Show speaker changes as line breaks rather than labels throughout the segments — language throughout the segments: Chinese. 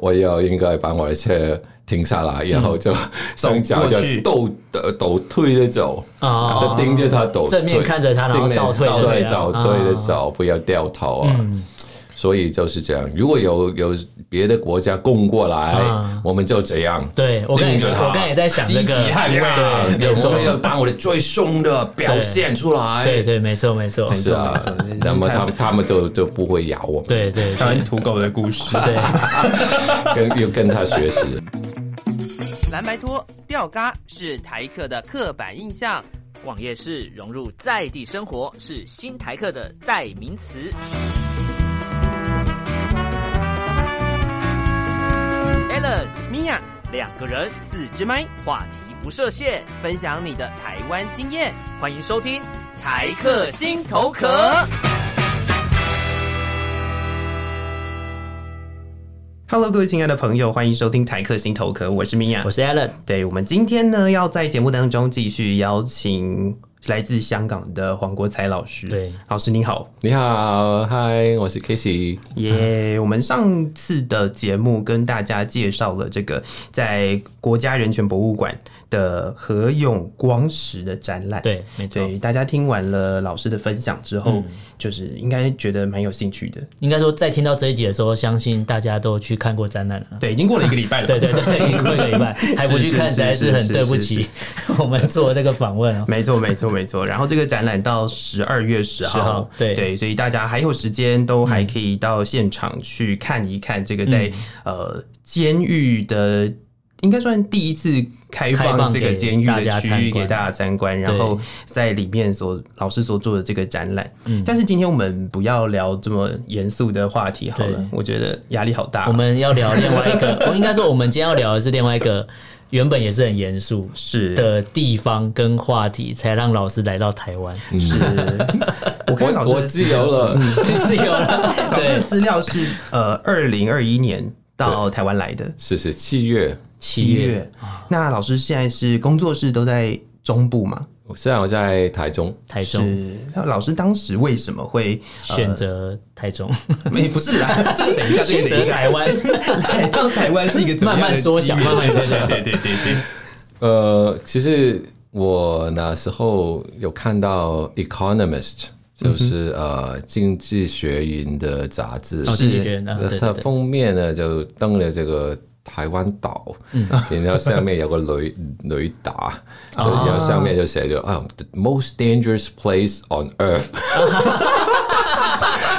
我要应该把我的车停下
嗯
来，然后就双脚就
过去
抖抖抖退着走，
啊
就盯着他抖，
正面看着他然后
正面
倒退着
倒退
这样
走，
嗯
对着
啊
走，不要掉头啊。所以就是这样，如果有有别的国家供过来
啊，
我们就这样。
对我刚才
盯着他
我刚才也在想这
积极
个，
捍卫
对，没
我们
错，
要把我的最凶的表现出来。
对对，没错没错，
是啊
没错没错，
那么他们他们就就不会咬我们，
对对
台
对
湾土狗的故事，
对，
跟又跟他学习。
蓝白拖、吊嘎是台客的刻板印象。
网页式融入在地生活是新台客的代名词。Allen
米娅，
两个人，
四支麦，
话题不设限，
分享你的台湾经验，
欢迎收听。
台客心头壳。
Hello，各位亲爱的朋友，欢迎收听台客心头壳，我是米娅
我。是 Alan，
对，我们今天呢要在节目当中继续邀请来自香港的黄国才老师。
对，
老师您 好。
你好，嗨，我是 Kissy。
耶、我们上次的节目跟大家介绍了这个在国家人权博物馆的何永光石的展览。
对，嗯没错
对，。大家听完了老师的分享之后，就是应该觉得蛮有兴趣的。
应该说，在听到这一集的时候，相信大家都去看过展览了。
对，已经过了一个礼拜了。
对对对，已经过一个 礼拜还不去看，实在是很对不
是是
起 我们做这个访问 哦。
没错，没错，没错。然后这个展览到十二月十
10
号
号，对
对，所以大家还有时间，都还可以到现场去看一看这个在、
嗯
呃监狱的。应该算第一次开
开
放
放
这个
给
监狱
大
的
家
区
参
域
观
给大家参观，然
对
后在里面所老师所做的这个展览。
嗯
但是今天我们不要聊这么严肃的话题好了
对，
我觉得压力好大哦。
我们要聊另外一个，我应该说，我们今天要聊的是另外一个原本也是很严肃
是
的地方跟话题，才让老师来到台湾。
是，我看老师
我我自由了，
是嗯有了，
老师的
对，
资料是呃，二零二一年到台湾来的
是是七月，
七月。
啊
那老师现在是工作室都在中部嘛？
虽然我在台中，
台中
是。那老师当时为什么会
选择台中，
没不是啦？ 这个等一下，这
选
个等
择
一下，
台 湾，
来到台湾是一个怎么样的
慢慢缩小
机遇
慢慢缩小
对对对对对，
呃，其实我那时候有看到《Economist》，就是、呃经济学院的杂志，
嗯哦经济学院啊
那
对
它
对对
封面呢就登了这个台湾岛，然后上面有个 雷雷达，所以然后上面就写着啊，the most dangerous place on earth。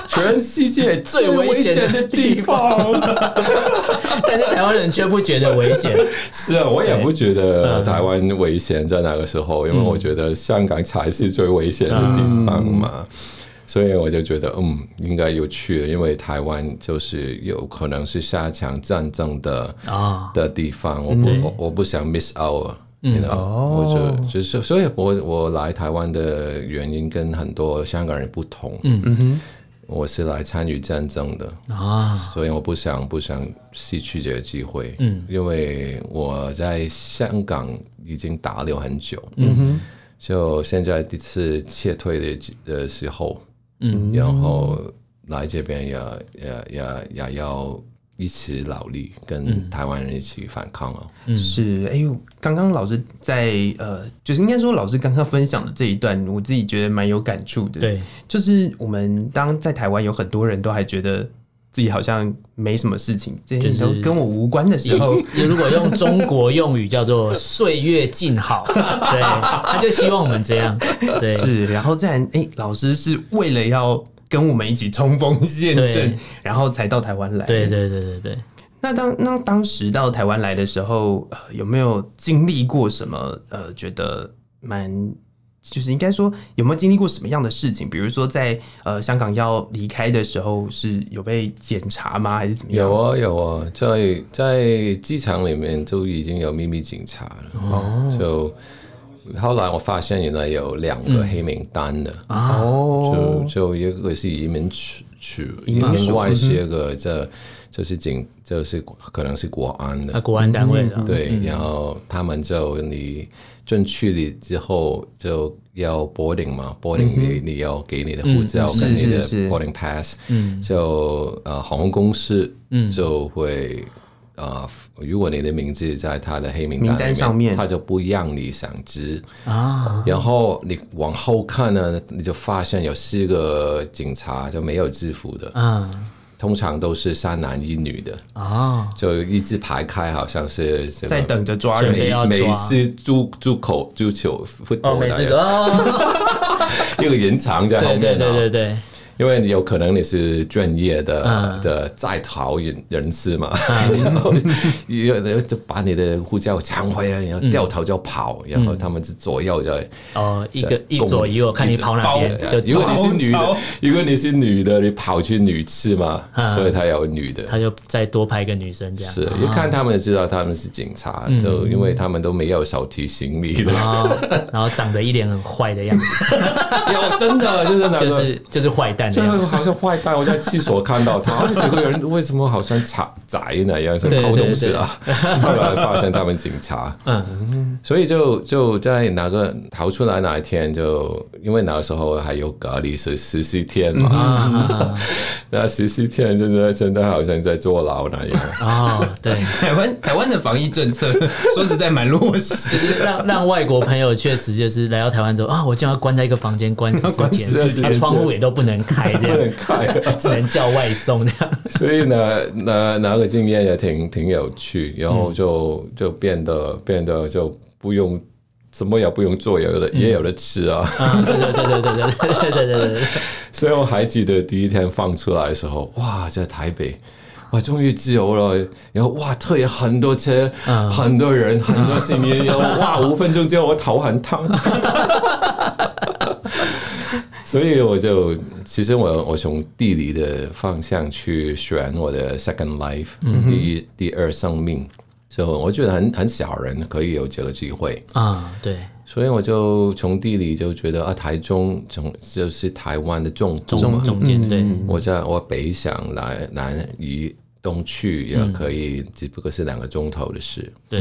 全世界最危险的地方，
但是台湾人却不觉得危 险。
是啊，我也不觉得台湾危险在那个时候，因为我觉得香港才是最危险的地方嘛，所以我就觉得嗯，应该有去，因为台湾就是有可能是下场战争的
啊
的地方，我不我我不想 miss out 啊。嗯，我就就是，所以我我来台湾的原因跟很多香港人不同。嗯嗯哼，我是来参与战争的。
啊，
所以我不想不想失去这个机会，嗯，因为我在香港已经打了很久，嗯哼，就现在第次撤退的的时候，嗯，然后来这边也也也也要一起努力，跟台湾人一起反抗啊，
是，哎呦，刚刚老师在呃，就是应该说老师刚刚分享的这一段，我自己觉得蛮有感触的。
对，
就是我们当在台湾有很多人都还觉得自己好像没什么事情，这些
就是
都跟我无关的 时候，
也如果用中国用语叫做“岁月静 好”，对，他就希望我们这样，对，
是，然后再来，哎、老师是为了要跟我们一起冲锋陷阵
对，
然后才到台湾来。
对，对，对，对，对。
那当那当时到台湾来的时候，呃，有没有经历过什么？呃，觉得蛮。就是应该说，有没有经历过什么样的事情？比如说在，呃香港要离开的时候，是有被检查吗？还是怎么样？
有啊有啊，在在机场里面就已经有秘密警察了。哦，就后来我发现原来有两个黑名单的，
啊
哦，
就就一个是移民处处，
民
另
署嗯
外是一个这就是警，就是可能是国安
那
的。
啊国安单位的，
嗯
对，然后他们就你进去了之后就要 boarding 嘛，boarding 你你要给你的护照
嗯
跟你的
是是是嗯
boarding pass，就呃航空公司就会啊、如果你的名字在他的黑名
名
单
单
里
上面
他就不让你上职。
啊，
然后你往后看呢，你就发现有四个警察就没有制服的，
嗯
通常都是三男一女的，
啊，
就一字排开，好像是什么
在等着抓
准备
人。
美
要抓
美式足足口足球 football
哦，没
那
事
样
说，哦
一个人墙在后
对
面、啊，
对对对对，
因为有可能你是专业的、
嗯
的在逃人人士嘛， 然后又就把你的护照抢回来，然后掉头就跑，
嗯
然后他们就左右在。
哦，一个
在
一左一右，看你跑哪边
对
就
如果
抓
你是女
跑
的，如果你是女的，你跑去女厕嘛，
嗯
所以他有女的。
他就再多拍一个女生这样，
是，一看他们就知道他们是警察，
嗯
就因为他们都没有手提行李 的，
哦，然后长得一脸很坏的样子，
有真的就是那个
就是就是坏蛋的
就
样子，
好像坏蛋，我在厕所看到 他，而且这个人为什么好像宅宅那样，是
对
偷
对
东西啊？后来发现他们警察，
嗯
所以就就在哪个逃出来哪一天就，因为那个时候还有隔离是十四天嘛，
啊啊
那十四天真的真的好像在坐牢那 样。
啊，哦，对。
台湾台湾的防疫政策， 说实在蛮落 实。
就是让让外国朋友确实就是来到台湾之后啊，我就要关在一个房间关十四
关14
天，
天
啊窗户也都不能开，这
不能
样
开，
只能叫外送这样。
所以呢，那那个经验也挺挺有趣，然后
嗯
就、就变得变得就不用什么也不用做，也有的、
嗯
也有的吃啊。
啊，对对对对对对对对对对对，
所以我还记得第一天放出来的时候，哇，在台北。哇，终于自由了！然后哇，特别很多车，
嗯
很多人，很多市民。然后哇，五分钟之后我头很烫，所以我就其实我我从地理的方向去选我的 second life，、第一第二生命，所以我觉得很很少人可以有这个机会。
啊，对，
所以我就从地理就觉得啊，台中从就是台湾的中部嘛
中，中间对，
我在我北上南南移东去也可以，只不过是两个钟头的事，
对，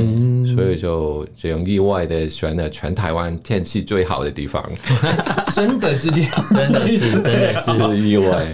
所以就这样意外的选了全台湾天气最好的地方，
真的是这样，
真的是 真的是，
是意 外。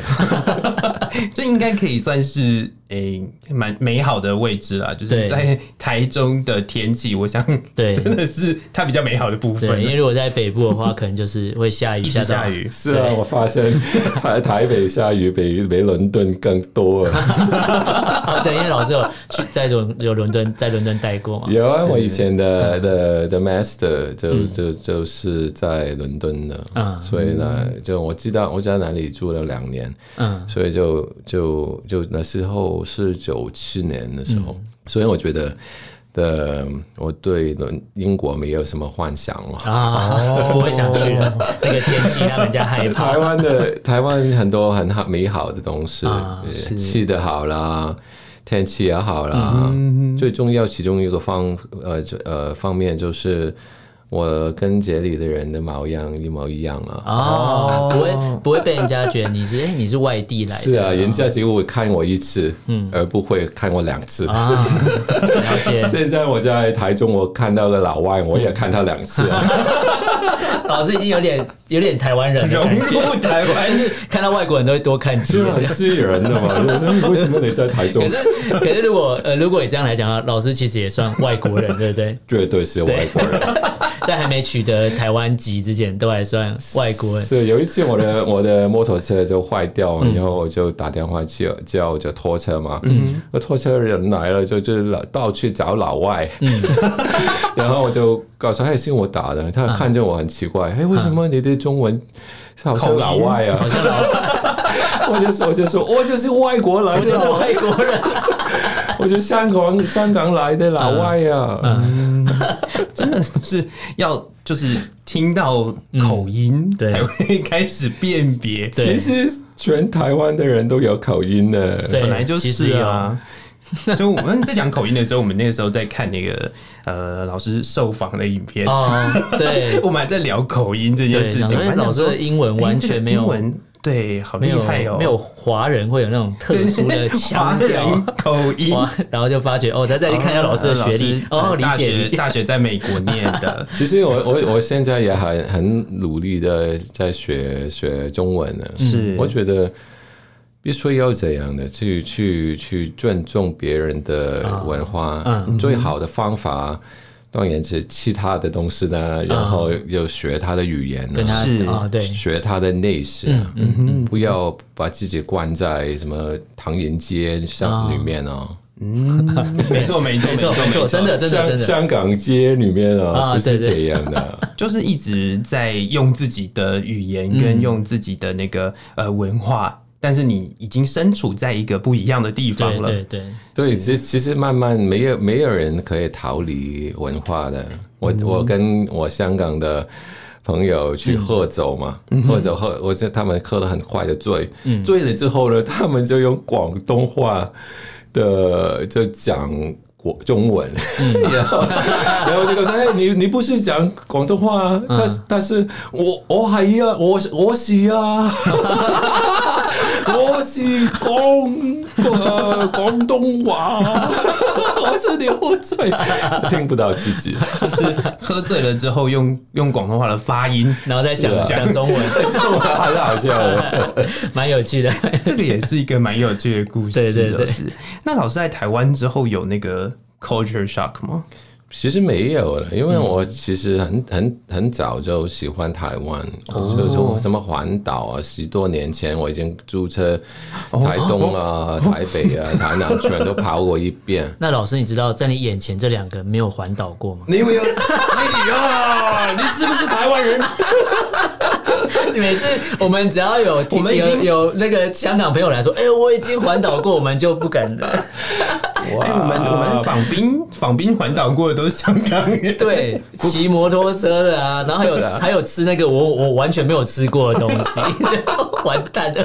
这应该可以算是诶蛮、美好的位置啦。就
对
是在台中的天气，我想
对
真的是它比较美好的部
对，
分
因。为如果在北部的话，可能就是会下雨，
一直
到
下雨，
是啊，我发现台台北下雨比比伦敦更多啊。
啊，对，因为老师有去在伦有伦敦在伦敦待过嘛，
有啊，我以前的
嗯
的的 master 就就就是在伦敦的，
嗯
所以呢，就我知道我在哪里住了两年，
嗯
所以就就就那时候是九七年的时候，
嗯
所以我觉得的我对伦英国没有什么幻想了。
啊，
哦
不会想去了，那个天气让人家 害 怕哦
台，湾的台湾很多很好美好的东西，
啊
呃吃的好啦，天气也好
嗯
啦。最重要其中一个方呃这呃方面就是我跟这里的人的毛样一模一样啊。
哦，不会不会被人家觉得你是哎、你是外地来的，
是啊，人家只会看我一次，而不会看我两次。
嗯啊，了 解。
现在我在台中，我看到了老外，我也看他两次 啊。
老师已经有点有点台湾人的
融
感觉，
入台
就
湾。
是看到外国人都会多看几
是啊
眼
很。吸引人的嘛？ 就是为什么你在台中
可？是可是如果呃如果你这样来讲啊，老师其实也算外国人，对不对？
绝对是外国人。
在还没取得台湾籍之前，都还算外国人。嗯
是有一次我 的我的摩托车就坏掉了，然后我就打电话叫叫就拖车嘛，
嗯
那拖车人来了就就老到处找老外，
嗯
然后我就告诉他哎是我打的，他看见我很奇
啊
怪，哎为什么你的中文好像老外啊？ 我就说我就说我就是外国来
我就是
的，
外国人，
我就香港香港来的老外啊。
真的是要就是听到口音
嗯对
才会开始辨别，
对
其实全台湾的人都有口音的，
对
本来就
其实
是啊。 就我们在讲口音的时候，我们那个时候在看那个呃老师受访的影片，
哦，
，
对
我们还在聊口音这件
对，
事
想
情。我
说哎
还想
老师
说
的英文
哎
完
这个
全没有
英文，对，好
没
厉
有
害哦，
没有华人会有那种特殊的
华
腔调
人。口音。
哇，然后就发觉哦，再再去看一下老师的学历，
老师呃
哦，理
大
解
学
理解，
大学在美国念 的
其实我我我现在也很
嗯
很努力的在学学中文呢。
是
我觉得必须要这样的，去去去尊重别人的文化。
嗯
最好的方法当然是其他的东西呢，然后又学他的语言呢
啊跟，他
是
啊，对，
学他的内饰啊。
嗯
嗯
不要把自己关在什么唐人街上里面哦，
哼，没错没错
没错没错，真的啊真的
香
真的，
香港街里面
啊
哦，不
对
是
对
这样的。
就是一直在用自己的语言
嗯
跟用自己的那个呃文化，但是你已经身处在一个不一样的地方
对
了。
对对，
对，其其实慢慢没有没有人可以逃离文化的。我、我跟我香港的朋友去喝酒嘛，喝酒喝，我这他们喝了很快就醉，醉了之后呢，他们就用广东话的就讲。国中文， 然后然后就跟我说：“哎，你你不是讲广东话啊？但是但是我我系啊，我我是啊。”我是广呃广东话， 我是牛嘴，听不到自己，
就是喝醉了之后用 用广东话的发音，
然后再讲
是啊
讲中 文，
这种很好笑的。
蛮有趣的。
这个也是一个蛮有趣的故事。
对对对
就是那老师在台湾之后有那个 culture shock 吗？
其实没有了，因为我其实很很很早就喜欢台湾，就从什么环岛啊，十多年前我已经租车台东啊、台北啊、台南全都跑过一遍。
那老师，你知道在你眼前这两个没有环岛过 吗？
你有没 有？你啊，哎你是不是台湾人？
每次 我们只要有
我们已
有
经
有那个香港朋友 来说，哎、我已经环岛过，我们就不敢 了。
哎、我们
啊
我们访宾访宾环岛过的都是香 港人，
对，骑摩托车的啊，然后还有、还有吃那个我我完全没有吃过的东西， 完蛋了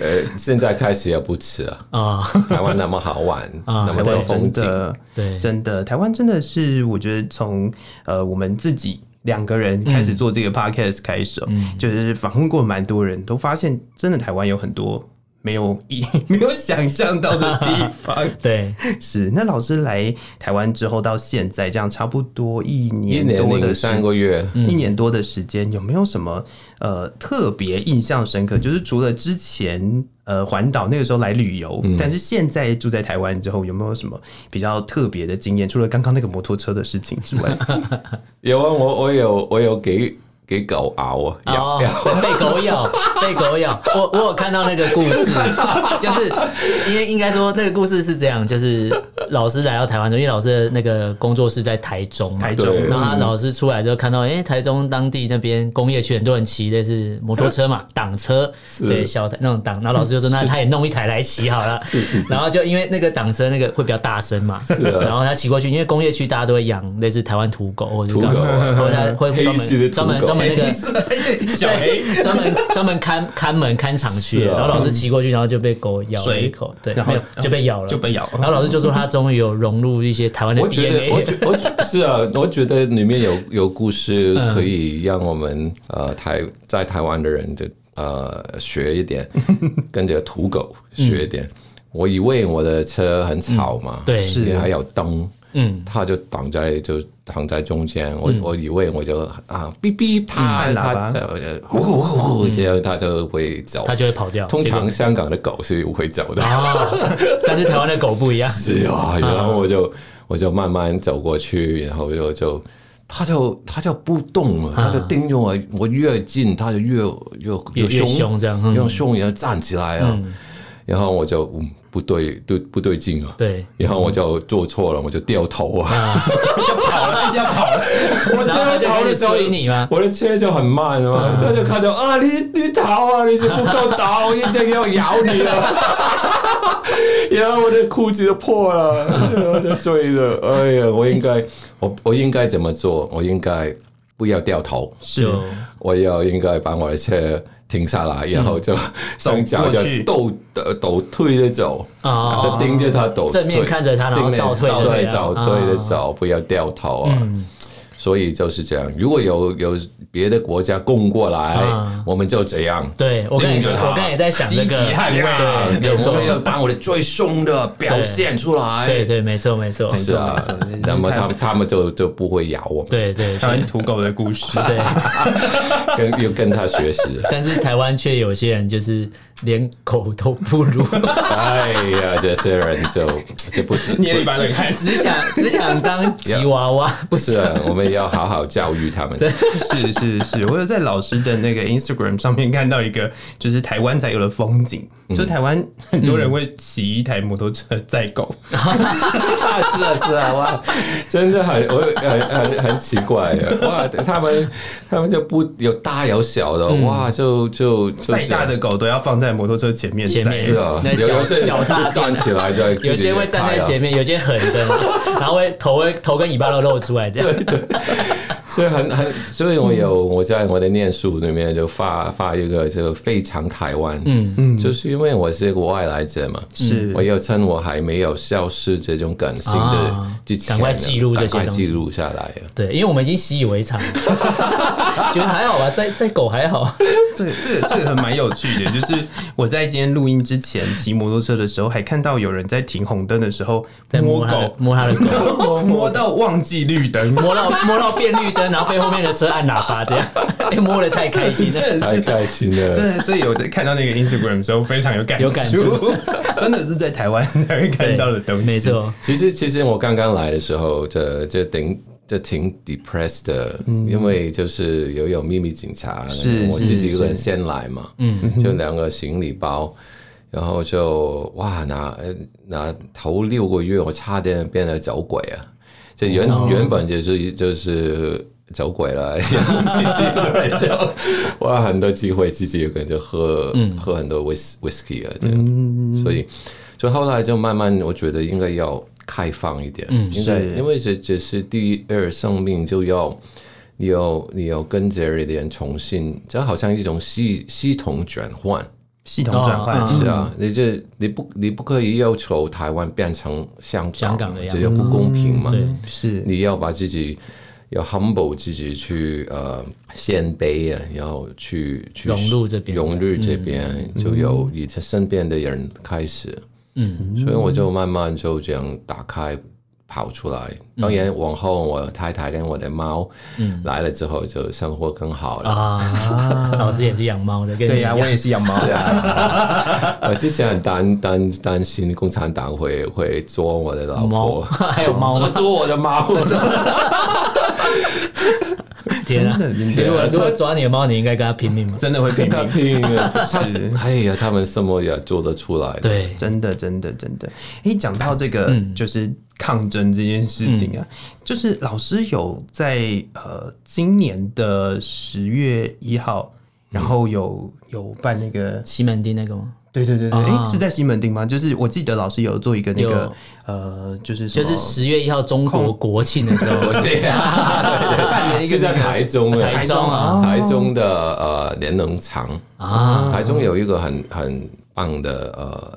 呃，现在开始也不吃了。
啊！
台湾那么好玩，
啊
那么多风景，
真的，
对
真的，台湾真的是，我觉得从呃我们自己两个人开始做这个 podcast 开始、哦，
嗯
就是访问过蛮多人，都发现真的台湾有很多没有意 没有想象到的地 方。
对，
是，那老师来台湾之后到现在，这样差不多一
一
年
年
多
零
的时
三个月。
一年多的时间，有没有什么呃特别印象深刻？就是除了之前呃环岛那个时候来旅游，
嗯
但是现在住在台湾之后，有没有什么比较特别的经验？除了刚刚那个摩托车的事情之外，
有啊，我我有我有给给狗熬啊，咬
哦
咬，
被狗咬，被狗咬。我我有看到那个故事，就是因为应该说那个故事是这样，就是老师来到台湾之后，因为老师的那个工作室在台中嘛，
台中
对
然后他老师出来之后看到，哎、台中当地那边工业区很多人骑的是摩 托车嘛，挡车，对，小台那种挡。然后老师就说，那他也弄一台来骑好 了。然后就因为那个挡车那个会比较大声嘛，
啊
然后他骑过去，因为工业区大家都会养类似台湾土狗或者是
土狗
干嘛或者他会专
黑系的
门
土狗
专门专门 那个
哎小黑。
专门专门看看门看厂区
是
的，
啊
然后老师骑过去，然后就被狗咬了
水
一口，对，
然后
没有就被咬了，
就 被咬
然后老师就说他终于有融入一些台湾的
我觉得我
DNA，
觉我觉是啊，我觉得里面有有故事可以让我们呃台在台湾的人就呃学一点，跟着土狗学一点。我以为我的车很吵嘛，
对
因为还有灯。
嗯，
他就挡在就挡在中间，我、我以为我就啊哔哔他、
嗯按喇叭
他呃呼呼呼呼，然后他就会走。
他就会跑掉。
通
结果
常香港的狗是不会走的，
啊，但是台湾的狗不一样，
是啊，然后我
嗯
就我就慢慢走过去，然后就就他就他就不动
啊
了，他就盯着我，我越近他就越
越
越
越凶
凶，
这样，嗯
越凶，然后站起来啊，然后我就嗯不对对不对劲啊，
对。
然后我就做错了，我就掉头啊。
跑了，要跑了，
我
然后他
掉
就
头
开
的
始
时候，
追你吗？
我的车就很慢嘛，他就看到啊，你你逃啊，你是不够倒，一定要咬你了。 然后我的裤子就破了，然后就追着，哎呀，我应该，我我应该怎么做？我应该不要掉头，
就
我要应该把我的车停下来，然后就双脚就
嗯过去
抖抖抖退着走，
哦
就盯着他抖，
正面看着他然后
正面
倒退着
倒
这
退
样啊
走，
哦
对着走，不要掉头啊。所以就是这样。如果有有别的国家供过来，
啊
我们就这样。
对我刚
盯
才
着他
我刚才也在想这
积极
个，
捍卫
对，没
我
错
们，要把我的最凶的表现出来。
对对，没错没错，
是啊
没错没错，
那么他们他们就就不会咬我 们，
对对
台
对
湾土狗的 故事，
对，
跟又跟他学习。
但是台湾却有些人就是连狗都不如，
哎呀，这些人就这不是
捏了一把冷汗，
只想只想当吉娃娃，不
是啊，我们要好好教育他 们。
是是是，我有在老师的那个 Instagram 上面看到一个，就是台湾才有的风景，
嗯
就是台湾很多人会骑一台摩托车载狗，
嗯
啊，是啊，是啊，哇，真的很，我很很很奇怪耶，哇，他们他们就不有大有小
嗯
的，哇，就就就
再大的狗都要放在摩托车前面载
前面
是啊，
那
有
脚
有些
脚踏
站起来就
有些会站在前
面，
面，有些狠的， 然后会头会头跟尾巴都露出来这样。
所以很很，所以我有
嗯
我在我的念书里面就发发一个就非常台湾，嗯嗯，就是因为我是国外来者嘛，
嗯
是
我要趁我还没有消失这种感性的
啊
之前呢，
赶快记录这些
赶快
东西
记录下来啊。
对，因为我们已经习以为 常了，觉得还好吧，在在狗还好。
这个这个这个很蛮有趣的， 就是我在今天录音之前骑摩托车的时候，还看到有人在停红灯的时候
在
摸
摸它的
狗，
摸它的狗，
摸到忘记绿 灯，
摸到摸到变绿灯，然后被后面的车按喇叭，这样，哎，摸的太开心了。
真的
太
是。
开心了，
真的，所以我在看到那个 Instagram 的时候非常有感
有感触
真的是在台湾才会看到的东西。
没，错，
其实，其实我刚刚来的时候，这这挺这挺 depressed 的，因为就是有有秘密警察，
是
我
是
自己一个人
是
先来嘛，嗯，就两个行李包，然后就哇，那那头六个月我差点变得走鬼啊，就原、原本就是就是。走鬼了，然后自己一个人就哇，很多机会自己一个人就喝、喝很多 whis whisky 啊，这样，所以所以后来就慢慢，我觉得应该要开放一点，应该
是
因为这只是第二生命，就要你要你要跟这里的人重新，这好像一种系系统转换，
系统转换
哦
是啊，你这你不你不可以要求台湾变成香港，啊
香港的样子
这就不公平嘛，
对
是
你要把自己。要 humble 自己去呃谦卑啊，然后去去
融入这边
融入这边、就有以前身边的人开始，
嗯，
所以我就慢慢就这样打开跑出来。当然，往后我太太跟我的猫来了之后，就生活更好了。
嗯 啊，老师也是养猫的，跟你
对
一
呀、
样
我也是养 猫
啊
的，
我之前很担担担心共产党会会捉我的老
猫
婆，
还有猫吗？
捉我的 猫，
天啊！
真的真的
如果如果抓你的猫，你应该跟它拼命嘛？
真的会拼
跟他
命。
拼了。 他是哎呀，他们什么也做得出来的。
对，
真的，真的，真的。诶，讲到这个，
嗯
就是抗争这件事情啊，就是老师有在呃今年的十月一号，然后有有办那个，
西门町那个吗？
对对对对，诶，
嗯啊
是在西门町吗？就是我记得老师有做一个那个
有
呃，就是什
就
么
是十月一号中国国庆的时候，
对呀，
办了一 个
是在
那个
台中啊，
哦台中啊
台中的呃联能厂
啊，
台中有一个很很棒的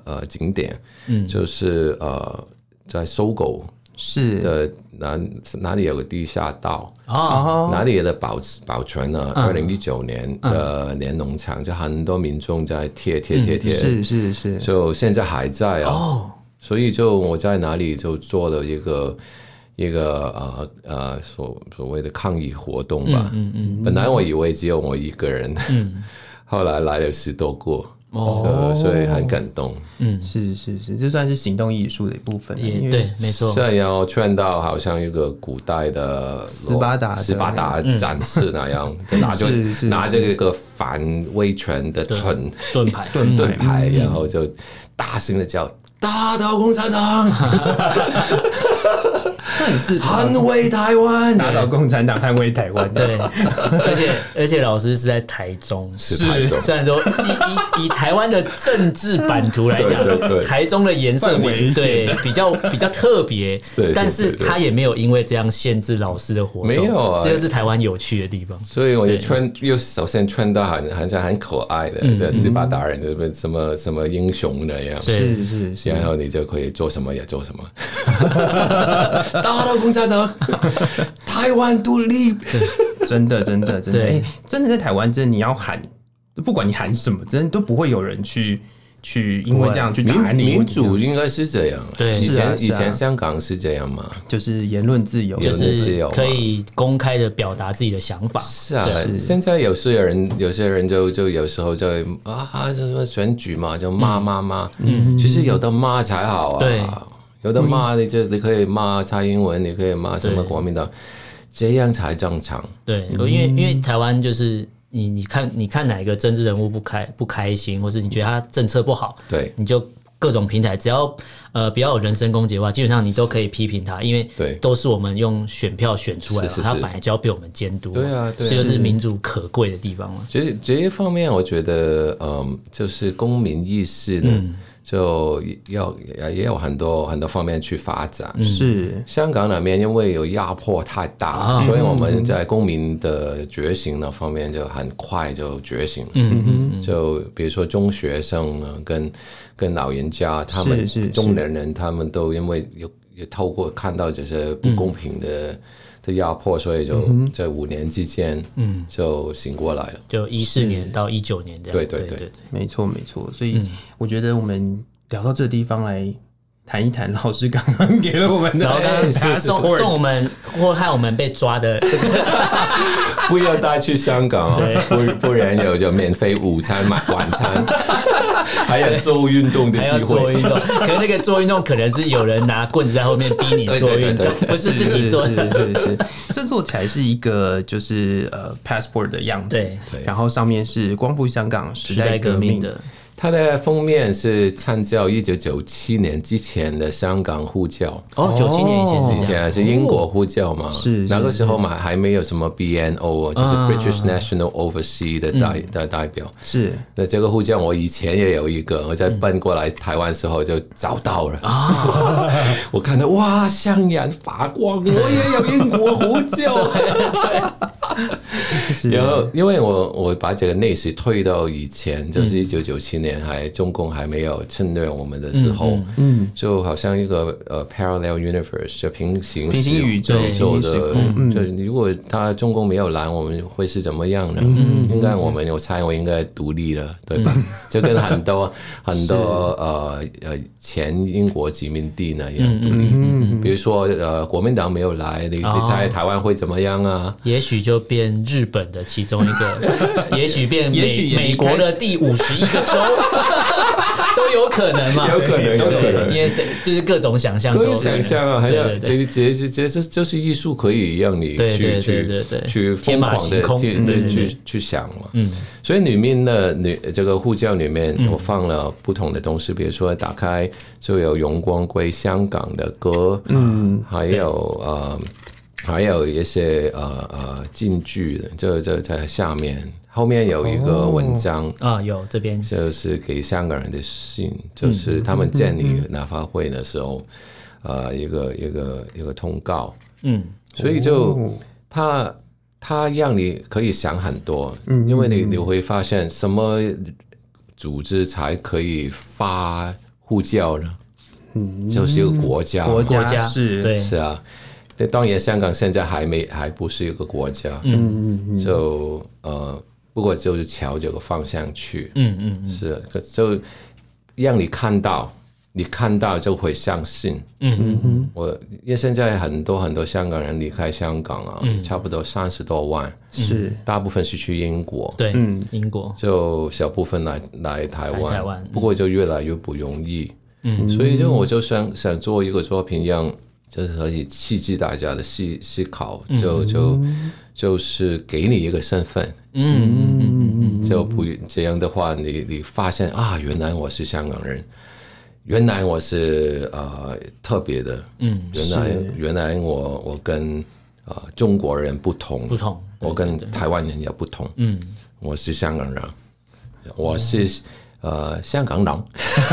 呃呃景点，嗯，就是呃在搜狗
是
的哪哪里有个地下道，
哦，啊
哦，
哪里的保保存了二零一九年的联农场，就很多民众在贴
嗯
贴贴贴，
是是是，
就现在还在啊，
哦，
所以就我在哪里就做了一个一个呃呃所所谓的抗议活动吧。嗯嗯本来我以为只有我一个人，嗯， 后来来了十多个，哦，所以很感动。
是是是，这算是行动艺术的一部分了。因为
也对，没错
这，样要劝到好像一个古代的斯
巴达的
斯巴达战士那样，就拿着
是是
拿着一个反威权的盾
盾牌，
嗯
盾盾牌，嗯然后就大声的叫。打倒共产党，
是
捍卫台湾，
打倒共产党，捍卫台湾。
对， 而且而且老师是在台中，
是台中，
虽然说以以以台湾的政治版图来
对对
讲，
对
台中的颜色
算危
比
险
对比较比较特别
对对，
但是
对对
他也没有因为这样限制老师的活动，
没有啊
这就是台湾有趣的地方。
所以我就穿，又首先穿到很很像很可爱
嗯
的，这斯巴达人就是什么什么英雄那样，
对
是是是，
然后 你就可以做什么也做什么，打倒共产党，他台湾独立，
真的，真的，真的，
对
哎、真的在台湾，真的你要喊，不管你喊什么，真的都不会有人去去因为这样去打
民
你。
民主应该是这样。
对
以
是啊
前以
是啊
前香港是这样嘛？
就是言论自由，
言
就
论自
是
由嘛
可以公开的表达自己的想法。
哦是啊，现在有时有人有些人就就有时候就会啊什么选举嘛，就骂骂骂。嗯，其实有的骂才好啊。
对，
有的骂你就你可以骂蔡英文，你可以骂什么
对
国民党，这样才正常。
对，因为
嗯
因为台湾就是你你看你看哪一个政治人物不开不开心，或是你觉得他政策不好，
对
你就各种平台，只要呃不要有人身攻击的话，基本上你都可以批评他，因为
对
都是我们用选票选出来的，
是是是
他本来就要被我们监督嘛，
对啊对啊
这就是民主可贵的地方嘛。
这这一方面，我觉得，嗯，就是公民意识呢，就要也也有很多很多方面去发展。
嗯是
香港那边因为有压迫太大，
啊
所以我们在公民的觉醒那方面就很快就觉醒了。
嗯，
就比如说中学生啊，跟跟老人家，他们
是是
中年人，他们都因为有也透过看到这些不公平的、
嗯
的压迫，所以就在五年之间，嗯，就醒过来了。
就一四年到一九年这样，
对
对
对
对
对
没错，没错。所
嗯
以我觉得我们聊到这地方来谈一谈，老师刚刚给了我们的，
然后刚刚
哎是
他
是
送
是
送我们或害我们被 抓的这个
不要带去香港 啊，不不然有就免费午餐、买晚 餐，还有做运动的
还要
机
做
会。
运动，可是那个做运动可能是有人拿棍子在后面逼你做
对对
运动
对，
不是自己做
是
的。
是是是， 这做起来是一个就是呃 passport 的样子，
对
对
然后上面是光复香港时
时代
革
革命
的
的，
它的封面是参照一九九七年之前的香港护照。
哦，九七年以前
以
是这
前
样，
是英国护照嘛，
是是
那个时候嘛还没有什么 BNO，
啊
就是 British National Overseas 的代的代表。
是
那这个护照我以前也有一个，我在搬过来台湾时候就找到了啊！ 我看到哇，香然发光，我也有英国护啊照。
是
然后，因为我我把这个历史推到以
嗯
前，就是一九九七年还中共还没有侵略我们的时候，嗯，就好像一个呃 parallel universe 就平行
平行
时
宇宙
宇宙
平行时
的
空，嗯
就是如果他中共没有拦我们，会是怎么样
嗯
呢？嗯应该我们我猜我应该独立了，对吧？ 就跟很多很多呃呃前英国殖民地那样独
嗯
立，比如说呃国民党没有来，你你
哦
猜台湾会怎么样啊？
也许就变日本的其中一个， 也许变
也许
美
也离
美
开
国的第五十一个州， 都有可能嘛？
有可能，啊有可能
对，。因为谁就是各种想象都
可
有
以
可能，
想象啊，还有这
对对对。
这这这这就是艺术可以让你
对对
去
对
去
对对
去疯
天马
狂
行
的
空
去
嗯对
去
对
去去想嘛。嗯，所以里面的女这个护教里面，
嗯
我放了不同的东西，比如说打开就有《荣光归香港》的歌，嗯，还有呃。还有一些呃呃进剧的，就就在下面，后面有一个文章，
啊，有这边
就是给香港人的信，就是他们建立立法会的时候，呃，一个一个一个通告，
嗯，
所以就他他让你可以想很多，因为你你会发现什么组织才可以发护照呢？就是一个嗯国家嘛，
国
国家
是
对
是啊，那当然香港现在还没还不是一个国家，嗯嗯，就呃，不过就是朝这个方向去，嗯嗯嗯，是，可就让你看到，你看到就会相信，嗯嗯，我因为现在很多很多香港人离开香港啊，差不多三十多万，
是
大部分是去英国，
对，英国
就小部分来哦来台湾，
来台湾嗯
不过就越来越不容易。嗯，所以就我就想想做一个作品，让就是可以刺激大家的思思考，就就就是给你一个身份，嗯，就不这样的话，你你发现啊，原来我是香港人。原来我是呃特别的，嗯，原来原来我我跟呃中国人不同，
不同，
我跟台湾人也不同，嗯，我是香港人，我是、呃香港人，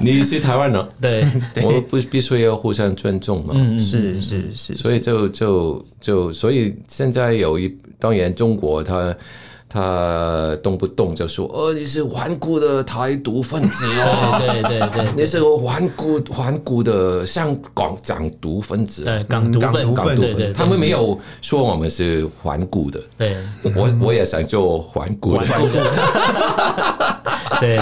你是台湾人，
对，嗯
我不必须要互相尊重嘛，
是是是，
所以就就就所以现在有一当然中国它。他动不动就说：“哦，你是顽固的台独分子哦，
对对 对对
你是个顽固顽固的香港港独分子。”
对，港独分子，
嗯港
对
独
对
分
对，
子，他们没有说我们是顽固的，
对
我我也想做顽固的，
对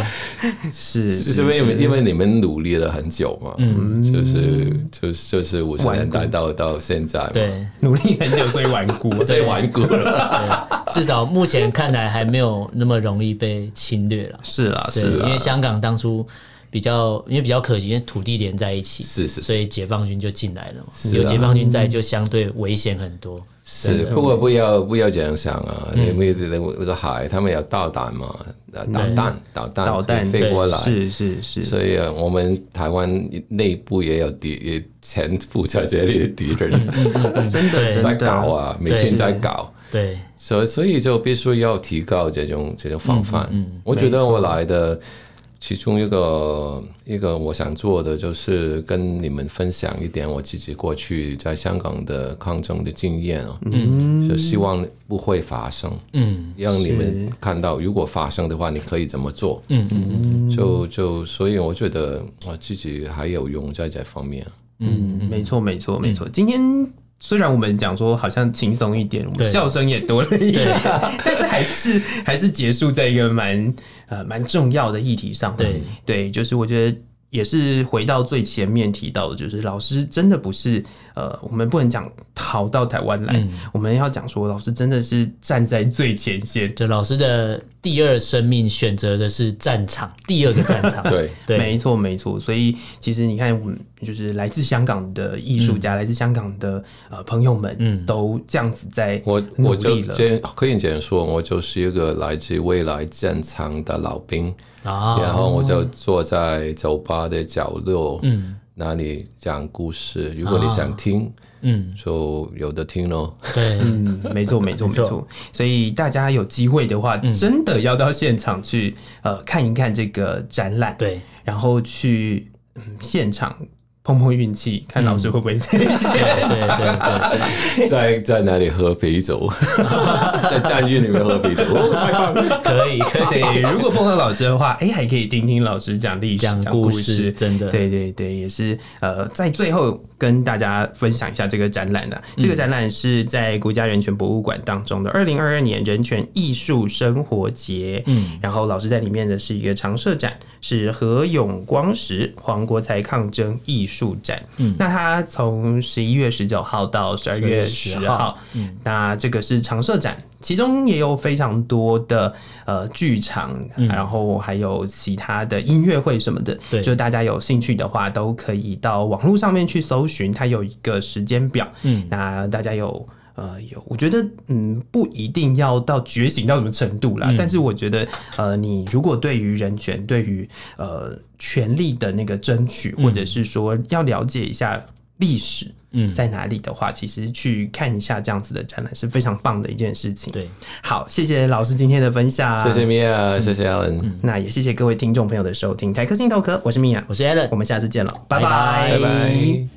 是
就是 因为因为你们努力了很久嘛，嗯，就是就是就是五十年代到到现在嘛，
对，
努力很久，所以顽固。
最顽固了，
至少目前看来还没有那么容易被侵略 了。
是啦，
对，
啊是
因
啦，
为香港当初比较，因为比较可惜，因为土地连在一起，
是是是
所以解放军就进来了嘛。
啊嗯
有解放军在，就相对危险很多。
是不过不要不要这样想啊，因为我我的海他们有导弹嘛，呃导弹导弹
导弹
飞过来，
是是是，
所以啊，我们台湾内部也有敌也潜伏在这里的敌人
真的
对
在
真
搞
的，
啊，每天在搞。
对，
所所以就必须要提高这种这种防范。我觉得我来的其中一个一个我想做的就是跟你们分享一点我自己过去在香港的抗争的经验啊，嗯，就希望不会发生，
嗯，
让你们看到如果发生的话，你可以怎么做，
嗯嗯
就就所以我觉得我自己还有用在这方面。
嗯，没错没错没
嗯
错。今天虽然我们讲说好像轻松一点，我们
对
笑声也多了一点， 但是还是还是结束在一个蛮呃蛮重要的议题上。
对
对，就是我觉得。也是回到最前面提到的，就是老师真的不是呃，我们不能讲逃到台湾来，
嗯
我们要讲说老师真的是站在最前线，
这老师的第二生命选择的是战场，第二个战 场。
啊对，
对，
没错没错。所以其实你看，我们就是来自香港的艺术家，来自香港的呃朋友们，
嗯
都这样子在
我
努
我
力
就
了。
这样可以这样说，我就是一个来自未来战场的老兵。然
啊，
后我就坐在酒吧的角落，嗯，那里讲故事。如果你想听，
嗯，
就有的听咯。
对，
嗯，没 错，没错，没
错嗯
错。所以大家有机会的话，真的要到现场去呃看一看这个展览，，
对，
然后去、嗯、现场碰碰运气，看老师会不会在现
嗯
场。
对对对对，
在在哪里喝啤酒？ 在战狱里面喝啤酒。
可以可以
对，如果碰到老师的话，哎、还可以听听老师讲历史、
讲
故
故事，真的，
对对对，也是呃，在最后跟大家分享一下这个展览的、
嗯
这个展览是在国家人权博物馆当中的二零二二年人权艺术生活节。嗯，然后老师在里面的是一个常设展，是何永光石黄国才抗争艺术展。嗯，那它从十一月十九号到十二月十
12
号，嗯，那这个是常设展。其中也有非常多的呃剧场，然后还有其他的音乐会什么的，
嗯对
就大家有兴趣的话，都可以到网络上面去搜寻，它有一个时间表。
嗯
那大家有呃有，我觉得嗯不一定要到觉醒到什么程度
嗯
啦，但是我觉得呃你如果对于人权，对于呃权利的那个争取，或者是说要了解一下历史。
嗯
在哪里的话，其实去看一下这样子的展览是非常棒的一件事情。
对，
好，谢谢老师今天的分享，
谢谢。Mia，谢谢 Alan，
那也谢谢各位听众朋友的收听，台科信头壳，我是米娅，
我是 Alan，
我们下次见了，拜
拜
拜
拜。